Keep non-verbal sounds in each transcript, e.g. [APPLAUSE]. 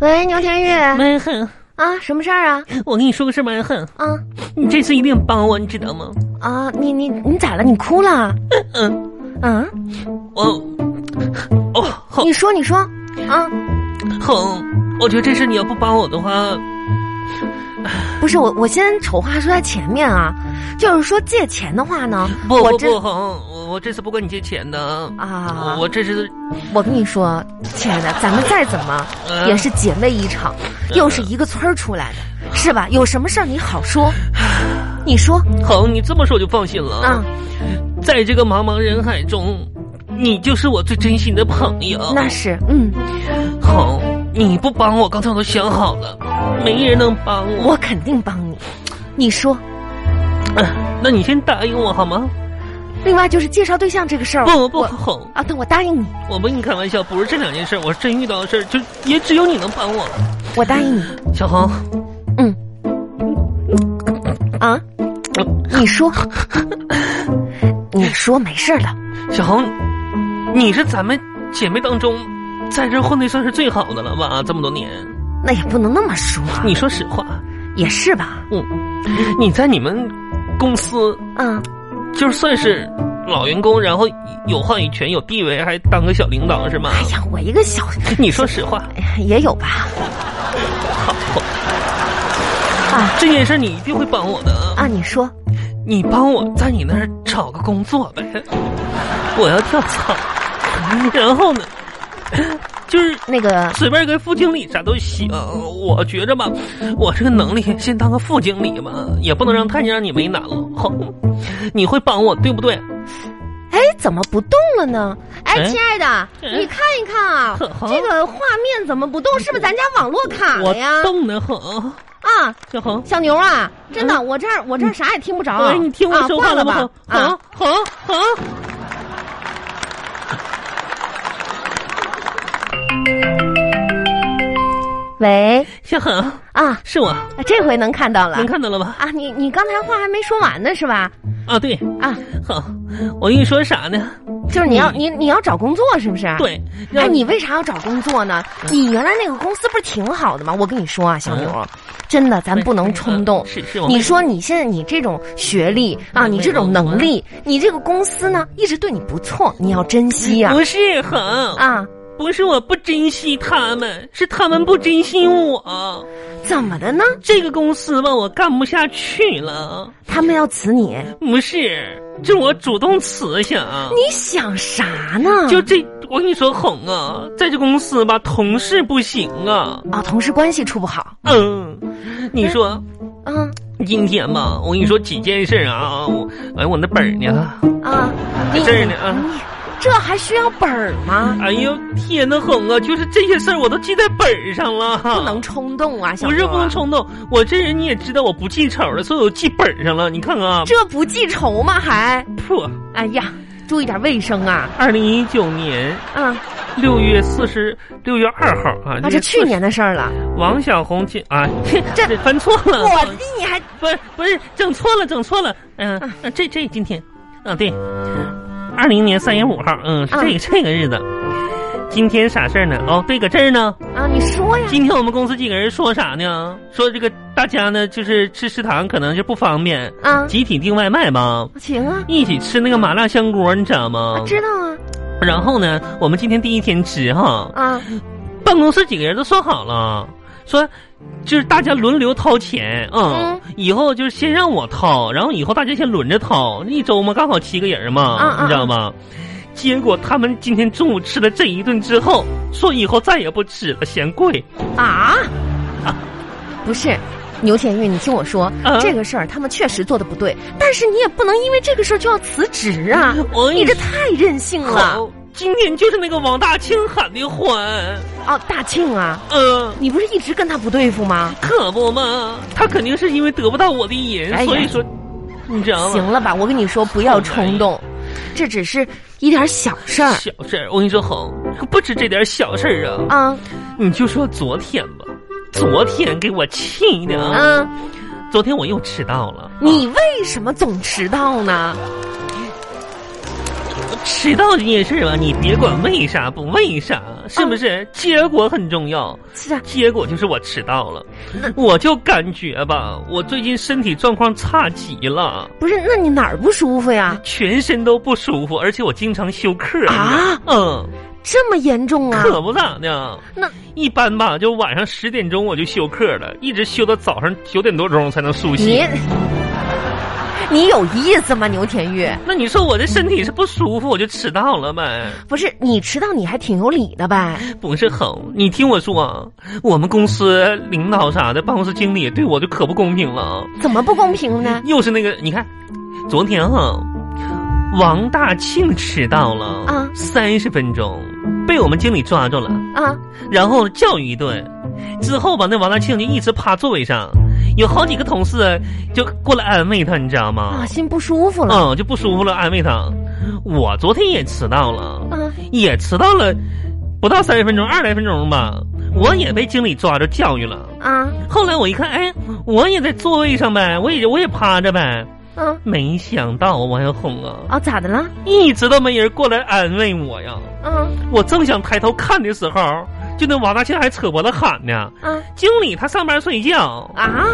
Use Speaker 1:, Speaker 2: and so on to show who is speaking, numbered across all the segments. Speaker 1: 喂，牛天玉
Speaker 2: 蛮横，
Speaker 1: 啊，什么事儿啊？
Speaker 2: 我跟你说个事儿，蛮横，
Speaker 1: 啊
Speaker 2: 你这次一定帮我，你知道吗？
Speaker 1: 啊，你你你咋了？你哭了？
Speaker 2: [LAUGHS] 嗯，
Speaker 1: 啊？
Speaker 2: 我，哦，好，
Speaker 1: 你说你说，啊，
Speaker 2: 好，我觉得这事你要不帮我的话，
Speaker 1: 不是我，我先丑话说在前面啊，就是说借钱的话呢，
Speaker 2: 不
Speaker 1: 我
Speaker 2: 不
Speaker 1: 这
Speaker 2: 不，好，我我这次不跟你借钱的。
Speaker 1: 啊，
Speaker 2: 我这是
Speaker 1: 我跟你说，亲爱的，咱们再怎么
Speaker 2: 嗯
Speaker 1: 也是姐妹一场，又是一个村儿出来
Speaker 2: 嗯
Speaker 1: 的，是吧？有什么事儿你好
Speaker 2: [LAUGHS]
Speaker 1: 说，你说
Speaker 2: 好，你这么说我就放心了。
Speaker 1: 啊，
Speaker 2: 在这个茫茫人海中，你就是我最真心的朋友。
Speaker 1: 那是嗯，
Speaker 2: 好，你不帮我，刚才我都想好了，没人能帮我。
Speaker 1: 我肯定帮你。你说，
Speaker 2: 那你先答应我好吗？
Speaker 1: 另外就是介绍对象这个事儿，
Speaker 2: 不不
Speaker 1: 我
Speaker 2: 好，
Speaker 1: 啊，那我答应你，
Speaker 2: 我没跟你开玩笑，不是这两件事，我是真遇到的事儿，就也只有你能帮我。
Speaker 1: 我答应你
Speaker 2: 小红，嗯
Speaker 1: 啊，
Speaker 2: 呃
Speaker 1: 你说， [LAUGHS] 你说没事儿的，
Speaker 2: 小红，你是咱们姐妹当中在这儿混的算是最好的了吧？这么多年，
Speaker 1: 那也不能那么说，
Speaker 2: 你说实话，嗯
Speaker 1: 也是吧？
Speaker 2: 你在你们公司
Speaker 1: 啊，
Speaker 2: 就算是老员工，然后有话语权、有地位，还当个小领导是吗？
Speaker 1: 哎呀，我一个小
Speaker 2: 你说实话，
Speaker 1: 也有吧，
Speaker 2: 这件事你一定会帮我的。
Speaker 1: 啊，你说。
Speaker 2: 你帮我在你那儿找个工作呗，我要跳槽。然后呢，就是
Speaker 1: 那个
Speaker 2: 随便个副经理啥都行。我觉着吧，我这个能力先当个副经理嘛，也不能让太让你为难了。好，你会帮我对不对？
Speaker 1: 哎，怎么不动了呢？哎，
Speaker 2: 哎
Speaker 1: 亲爱的，
Speaker 2: 哎
Speaker 1: 你看一看啊
Speaker 2: 呵，呵
Speaker 1: 这个画面怎么不动？是不是咱家网络卡
Speaker 2: 我
Speaker 1: 了呀？
Speaker 2: 动得很，
Speaker 1: 啊，
Speaker 2: 小红。
Speaker 1: 小牛啊，真的，我这儿我这儿啥也听不着。
Speaker 2: 喂，你听嗯我
Speaker 1: 啊
Speaker 2: 说
Speaker 1: 挂
Speaker 2: 话
Speaker 1: 了
Speaker 2: 了吗
Speaker 1: 吧？？
Speaker 2: 好
Speaker 1: 啊，，
Speaker 2: 好，好。
Speaker 1: 喂，
Speaker 2: 小恒，
Speaker 1: 啊，
Speaker 2: 是我，
Speaker 1: 这回能看到了
Speaker 2: 能看到了吧？
Speaker 1: 啊？你你刚才话还没说完呢，是吧？
Speaker 2: 啊，对，
Speaker 1: 啊，
Speaker 2: 好，我跟你说啥呢？
Speaker 1: 就是你要
Speaker 2: 你
Speaker 1: 你你要找工作是不是？。
Speaker 2: 嗯对，
Speaker 1: 啊哎，
Speaker 2: 让
Speaker 1: 你为啥要找工作呢？你原来那个公司不是挺好的吗？我跟你说啊，
Speaker 2: 嗯
Speaker 1: 小牛，真的，咱不能冲动。
Speaker 2: 是是，我
Speaker 1: 你说你现在你这种学历啊，
Speaker 2: 嗯
Speaker 1: 你这种能力，你这个公司呢一直对你不错，你要珍惜呀、
Speaker 2: 不是恒，
Speaker 1: 啊！
Speaker 2: 不是我不珍惜他们，是他们不珍惜我。
Speaker 1: 怎么的呢？
Speaker 2: 这个公司吧，我干不下去了。
Speaker 1: 他们要辞你，
Speaker 2: 不是，这我主动辞想。
Speaker 1: 你想啥呢？
Speaker 2: 就这，我跟你说，红啊，在这公司吧，同事不行啊。
Speaker 1: 啊，同事关系处不好，
Speaker 2: 嗯，你说
Speaker 1: 嗯
Speaker 2: 今天吧，我跟你说几件事啊。我，哎，我那本儿呢？
Speaker 1: 啊，你
Speaker 2: 这儿呢啊
Speaker 1: 你这还需要本儿吗？
Speaker 2: 哎呦，天呐，红啊，就是这些事儿我都记在本儿上了。
Speaker 1: 不能冲动啊，小
Speaker 2: 不是
Speaker 1: 牛啊
Speaker 2: 不能，冲动，我这人你也知道，我不记仇了，所以我记本上了。你看看啊，
Speaker 1: 这不记仇吗？还
Speaker 2: 破，
Speaker 1: 哎呀，注意点卫生啊！
Speaker 2: 二零一九年
Speaker 1: 啊
Speaker 2: 六月四十六月二号啊，
Speaker 1: 啊，
Speaker 2: 6月
Speaker 1: 这去
Speaker 2: 40
Speaker 1: 年的事儿了。
Speaker 2: 王小红进啊，
Speaker 1: 这
Speaker 2: 这翻错了，
Speaker 1: 我你还
Speaker 2: 不是不是整错了整错了，嗯、啊这这今天，啊对，二零年三月五号，嗯，是这
Speaker 1: 啊
Speaker 2: 个、这个日子。今天啥事儿呢？哦，对，搁这儿呢。
Speaker 1: 啊，你说呀？
Speaker 2: 今天我们公司几个人说啥呢？说这个大家呢，就是吃食堂可能就不方便，
Speaker 1: 啊，
Speaker 2: 集体订外卖吧。
Speaker 1: 行啊，
Speaker 2: 一起吃那个麻辣香锅，你知道吗？
Speaker 1: 知道啊
Speaker 2: 然后呢，我们今天第一天吃哈，
Speaker 1: 啊
Speaker 2: 办公室几个人都说好了，说就是大家轮流掏钱，嗯，以后就是先让我掏，然后以后大家先轮着掏，一周嘛刚好七个人嘛，
Speaker 1: 嗯嗯
Speaker 2: 你知道吗？结果他们今天中午吃了这一顿之后，说以后再也不吃了，嫌贵。
Speaker 1: 啊！不是，牛田玉，你听我说，
Speaker 2: 啊
Speaker 1: 这个事儿他们确实做的不对，但是你也不能因为这个事儿就要辞职啊！
Speaker 2: 我跟
Speaker 1: 你
Speaker 2: 你
Speaker 1: 这太任性了
Speaker 2: 好，今天就是那个王大庆喊的欢，
Speaker 1: 哦，大庆啊，
Speaker 2: 嗯、
Speaker 1: 你不是一直跟他不对付吗？
Speaker 2: 可不嘛，他肯定是因为得不到我的银，
Speaker 1: 哎呀
Speaker 2: 所以说，你知道吗？
Speaker 1: 行了吧，我跟你说，不要冲动，这只是一点小事儿
Speaker 2: 小事儿，我跟你说，恒，不止这点小事儿啊！
Speaker 1: 啊
Speaker 2: 你就说昨天吧，昨天给我气的，啊！
Speaker 1: 啊！
Speaker 2: 昨天我又啊迟到了。
Speaker 1: 你为什么总迟到呢？
Speaker 2: 啊迟到这件事儿吧，你别管为啥不为啥，是不
Speaker 1: 啊
Speaker 2: 是？结果很重要，
Speaker 1: 是啊，
Speaker 2: 结果就是我迟到了
Speaker 1: 那，
Speaker 2: 我就感觉吧，我最近身体状况差极了，
Speaker 1: 不是？那你哪儿不舒服呀？
Speaker 2: 全身都不舒服，而且我经常休克你知道
Speaker 1: 啊
Speaker 2: 嗯，
Speaker 1: 这么严重啊？
Speaker 2: 可不咋的。
Speaker 1: 那
Speaker 2: 一般吧，就晚上十点钟我就休克了，一直休到早上九点多钟才能苏醒。
Speaker 1: 你你有意思吗？牛田玉，
Speaker 2: 那你说我这身体是不舒服，我就迟到了呗？
Speaker 1: 不是你迟到你还挺有理的呗？
Speaker 2: 不是很，你听我说，啊，我们公司领导啥的，办公室经理对我就可不公平了。
Speaker 1: 怎么不公平呢？
Speaker 2: 又是那个，你看，昨天哈、王大庆迟到了
Speaker 1: 啊
Speaker 2: 三十分钟，被我们经理抓住了，
Speaker 1: 啊，
Speaker 2: 然后教育一顿。之后吧，那王大庆就一直趴座位上，有好几个同事就过来安慰他，你知道吗
Speaker 1: 啊，？心不舒服了。
Speaker 2: 嗯，就不舒服了，安慰他。我昨天也迟到了。
Speaker 1: 啊，
Speaker 2: 也迟到了不到三十分钟，二十来分钟吧。我也被经理抓着教育了。
Speaker 1: 啊
Speaker 2: 后来我一看，哎，我也在座位上呗，我也我也趴着呗。
Speaker 1: 啊
Speaker 2: 没想到王小红啊，
Speaker 1: 啊，咋的了？
Speaker 2: 一直都没人过来安慰我呀。
Speaker 1: 啊
Speaker 2: 我正想抬头看的时候，就那王大庆还扯脖子喊呢。
Speaker 1: 啊
Speaker 2: 经理他上班睡觉，
Speaker 1: 啊！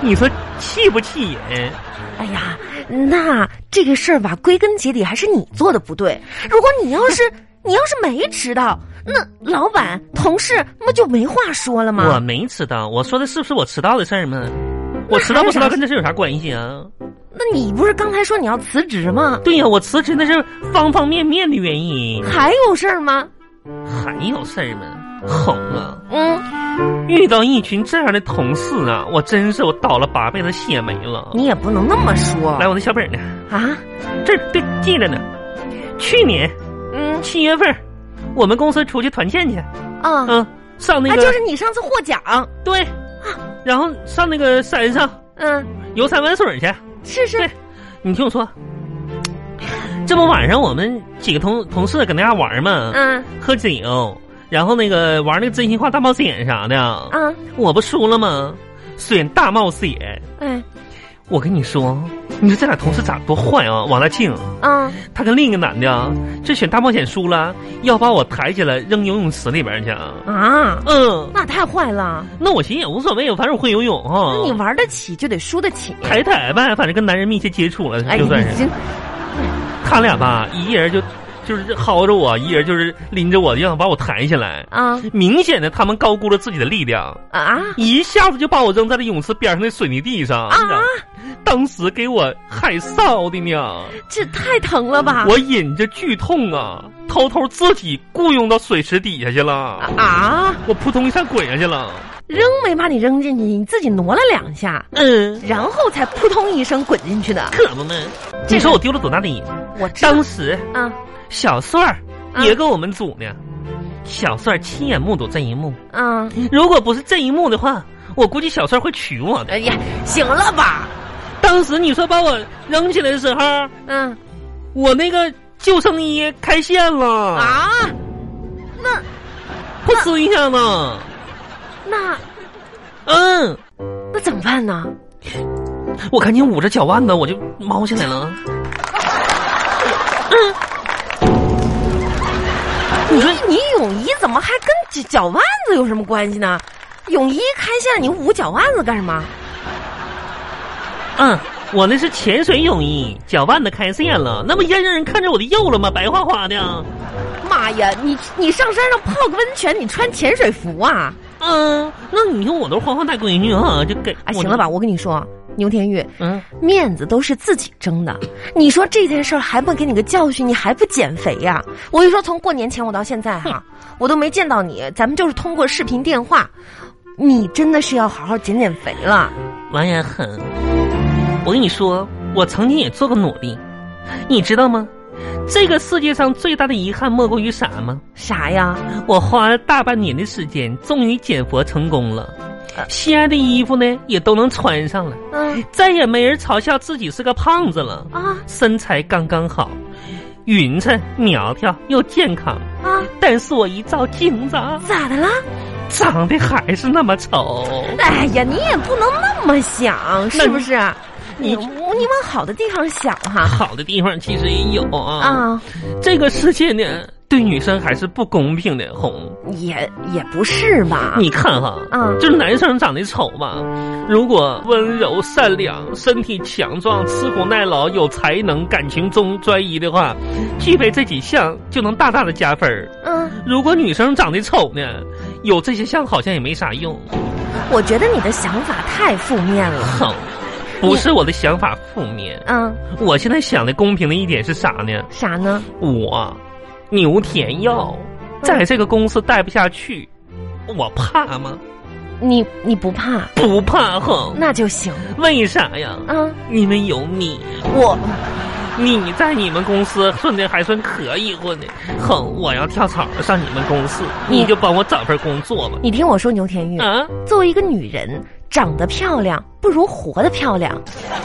Speaker 2: 你说气不气人？
Speaker 1: 哎呀，那这个事儿吧，归根结底还是你做的不对。如果你要是你要是没迟到，那老板同事那就没话说了
Speaker 2: 我
Speaker 1: 吗？
Speaker 2: 没迟到，我说的是不是我迟到的事儿吗？我迟到不迟到跟这事有啥关系啊？
Speaker 1: 那你不是刚才说你要辞职吗？
Speaker 2: 对呀、我辞职那是方方面面的原因。
Speaker 1: 还有事儿吗？
Speaker 2: 还有事儿吗？红啊！
Speaker 1: 嗯，
Speaker 2: 遇到一群这样的同事啊，我真是我倒了八辈子血霉了。
Speaker 1: 你也不能那么说
Speaker 2: 来，我那小本儿呢，
Speaker 1: 啊。
Speaker 2: 这儿对记着呢。去年
Speaker 1: 嗯
Speaker 2: 七月份，我们公司出去团建去，
Speaker 1: 啊，
Speaker 2: 嗯，上那
Speaker 1: 哎，
Speaker 2: 个、
Speaker 1: 就是你上次获奖，
Speaker 2: 对，然后上那个山上
Speaker 1: 嗯，
Speaker 2: 游山玩水去。
Speaker 1: 是是
Speaker 2: 对你听我说，这不晚上我们几个同同事搁那家玩儿嘛，
Speaker 1: 嗯
Speaker 2: 喝酒，然后那个玩那个真心话大冒险啥的，
Speaker 1: 啊，
Speaker 2: 我不输了吗？虽然大冒险，
Speaker 1: 哎
Speaker 2: 我跟你说，你说这俩同事咋多坏啊？王大庆，
Speaker 1: 啊，
Speaker 2: 他跟另一个男的啊，这选大冒险输了，要把我抬起来扔游泳池里边去啊。
Speaker 1: 啊，
Speaker 2: 嗯，
Speaker 1: 那太坏了！
Speaker 2: 那我寻思也无所谓，反正我会游泳哈
Speaker 1: 那。你玩得起就得输得起。
Speaker 2: 抬抬呗，反正跟男人密切接触了，
Speaker 1: 哎，
Speaker 2: 就
Speaker 1: 你
Speaker 2: 算是
Speaker 1: 这
Speaker 2: 他俩吧，一人就就是薅着我，一人就是拎着我，要想把我抬起来。
Speaker 1: 啊
Speaker 2: 明显的，他们高估了自己的力量，
Speaker 1: 啊
Speaker 2: 一下子就把我扔在了泳池边上的水泥地上，
Speaker 1: 啊
Speaker 2: 你知道当时给我害臊的呢。
Speaker 1: 这太疼了吧！
Speaker 2: 我忍着剧痛啊，偷偷自己雇佣到水池底下去了，
Speaker 1: 啊，
Speaker 2: 我扑通一下滚下去了。
Speaker 1: 扔没把你扔进去，你自己挪了两下，
Speaker 2: 嗯，
Speaker 1: 然后才扑通一声滚进去的。
Speaker 2: 可不嘛，
Speaker 1: 这
Speaker 2: 你说我丢了多大的脸？
Speaker 1: 我知道
Speaker 2: 当时
Speaker 1: 啊
Speaker 2: 小帅儿
Speaker 1: 啊
Speaker 2: 也跟我们组呢，小帅儿亲眼目睹这一幕。
Speaker 1: 啊！
Speaker 2: [LAUGHS] 如果不是这一幕的话，我估计小帅儿会娶我的。
Speaker 1: 哎呀，行了吧？
Speaker 2: 当时你说把我扔起来的时候，
Speaker 1: 嗯
Speaker 2: 我那个救生衣开线了，
Speaker 1: 啊，那
Speaker 2: 噗呲一下呢。
Speaker 1: 那
Speaker 2: 嗯，
Speaker 1: 那怎么办呢？
Speaker 2: 我赶紧捂着脚腕子，我就猫起来了。
Speaker 1: 你说你泳衣怎么还跟脚脚腕子有什么关系呢？泳衣开线了，你捂脚腕子干什么？
Speaker 2: 嗯，我那是潜水泳衣，脚腕子开线了，那不让人看着我的肉了吗？白花花的。
Speaker 1: 妈呀，你你上山上泡个温泉，你穿潜水服啊？
Speaker 2: 嗯，那你看我都黄花大闺女啊，就给
Speaker 1: 哎，行了？吧，我跟你说，牛田玉，
Speaker 2: 我嗯，
Speaker 1: 面子都是自己争的。你说这件事儿还不给你个教训，你还不减肥呀、我跟你说，从过年前我到现在哈、我都没见到你，咱们就是通过视频电话。你真的是要好好减减肥了。
Speaker 2: 王也很。我跟你说，我曾经也做过努力，你知道吗？这个世界上最大的遗憾莫过于啥吗？
Speaker 1: 啥呀？
Speaker 2: 我花了大半年的时间，终于减佛成功了
Speaker 1: 啊。
Speaker 2: 心爱的衣服呢，也都能穿上了，
Speaker 1: 嗯
Speaker 2: 再也没人嘲笑自己是个胖子了。
Speaker 1: 啊
Speaker 2: 身材刚刚好，匀称、苗条又健康。
Speaker 1: 啊，
Speaker 2: 但是我一照镜子啊，
Speaker 1: 咋的了？
Speaker 2: 长得还是那么丑。
Speaker 1: 哎呀，你也不能那么想，是不是？你
Speaker 2: 你
Speaker 1: 你往好的地方想哈
Speaker 2: 好的地方其实也有啊。
Speaker 1: 啊，
Speaker 2: 这个世界呢，对女生还是不公平的，红。
Speaker 1: 也也不是吧？
Speaker 2: 你看哈，
Speaker 1: 啊
Speaker 2: 就是男生长得丑吧，如果温柔善良、身体强壮、吃苦耐劳、有才能、感情中专一的话，具备这几项就能大大的加分儿。
Speaker 1: 嗯，
Speaker 2: 如果女生长得丑呢，有这些项好像也没啥用。
Speaker 1: 我觉得你的想法太负面了。
Speaker 2: 哼，不是我的想法负面，
Speaker 1: 嗯，
Speaker 2: 我现在想的公平的一点是啥呢？
Speaker 1: 啥呢？
Speaker 2: 我牛田耀
Speaker 1: 嗯
Speaker 2: 在这个公司待不下去，我怕吗？
Speaker 1: 你你不怕，
Speaker 2: 不怕哼，
Speaker 1: 那就行。
Speaker 2: 为啥呀？
Speaker 1: 嗯，
Speaker 2: 你们有你，
Speaker 1: 我
Speaker 2: 你在你们公司混的还算可以混的，哼，我要跳槽上你们公司，
Speaker 1: 你
Speaker 2: 你就帮我找份工作吧。
Speaker 1: 你听我说，牛田玉，
Speaker 2: 啊，
Speaker 1: 作为一个女人，长得漂亮不如活得漂亮，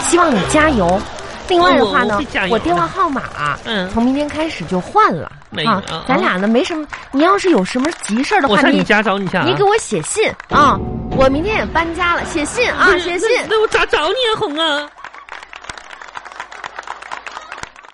Speaker 1: 希望你加油。另外的话呢
Speaker 2: 我我会加，油
Speaker 1: 我
Speaker 2: 的
Speaker 1: 电话号码啊、
Speaker 2: 嗯
Speaker 1: 从明天开始就换了
Speaker 2: 没有
Speaker 1: 啊
Speaker 2: 啊。
Speaker 1: 咱俩呢没什么，你要是有什么急事儿的
Speaker 2: 我
Speaker 1: 话，
Speaker 2: 上
Speaker 1: 你
Speaker 2: 你家找你去啊。嗯
Speaker 1: 你给我写信啊。我明天也搬家了，写信啊，
Speaker 2: 不是 [LAUGHS]
Speaker 1: 写信。
Speaker 2: 那那我咋找你啊，红啊？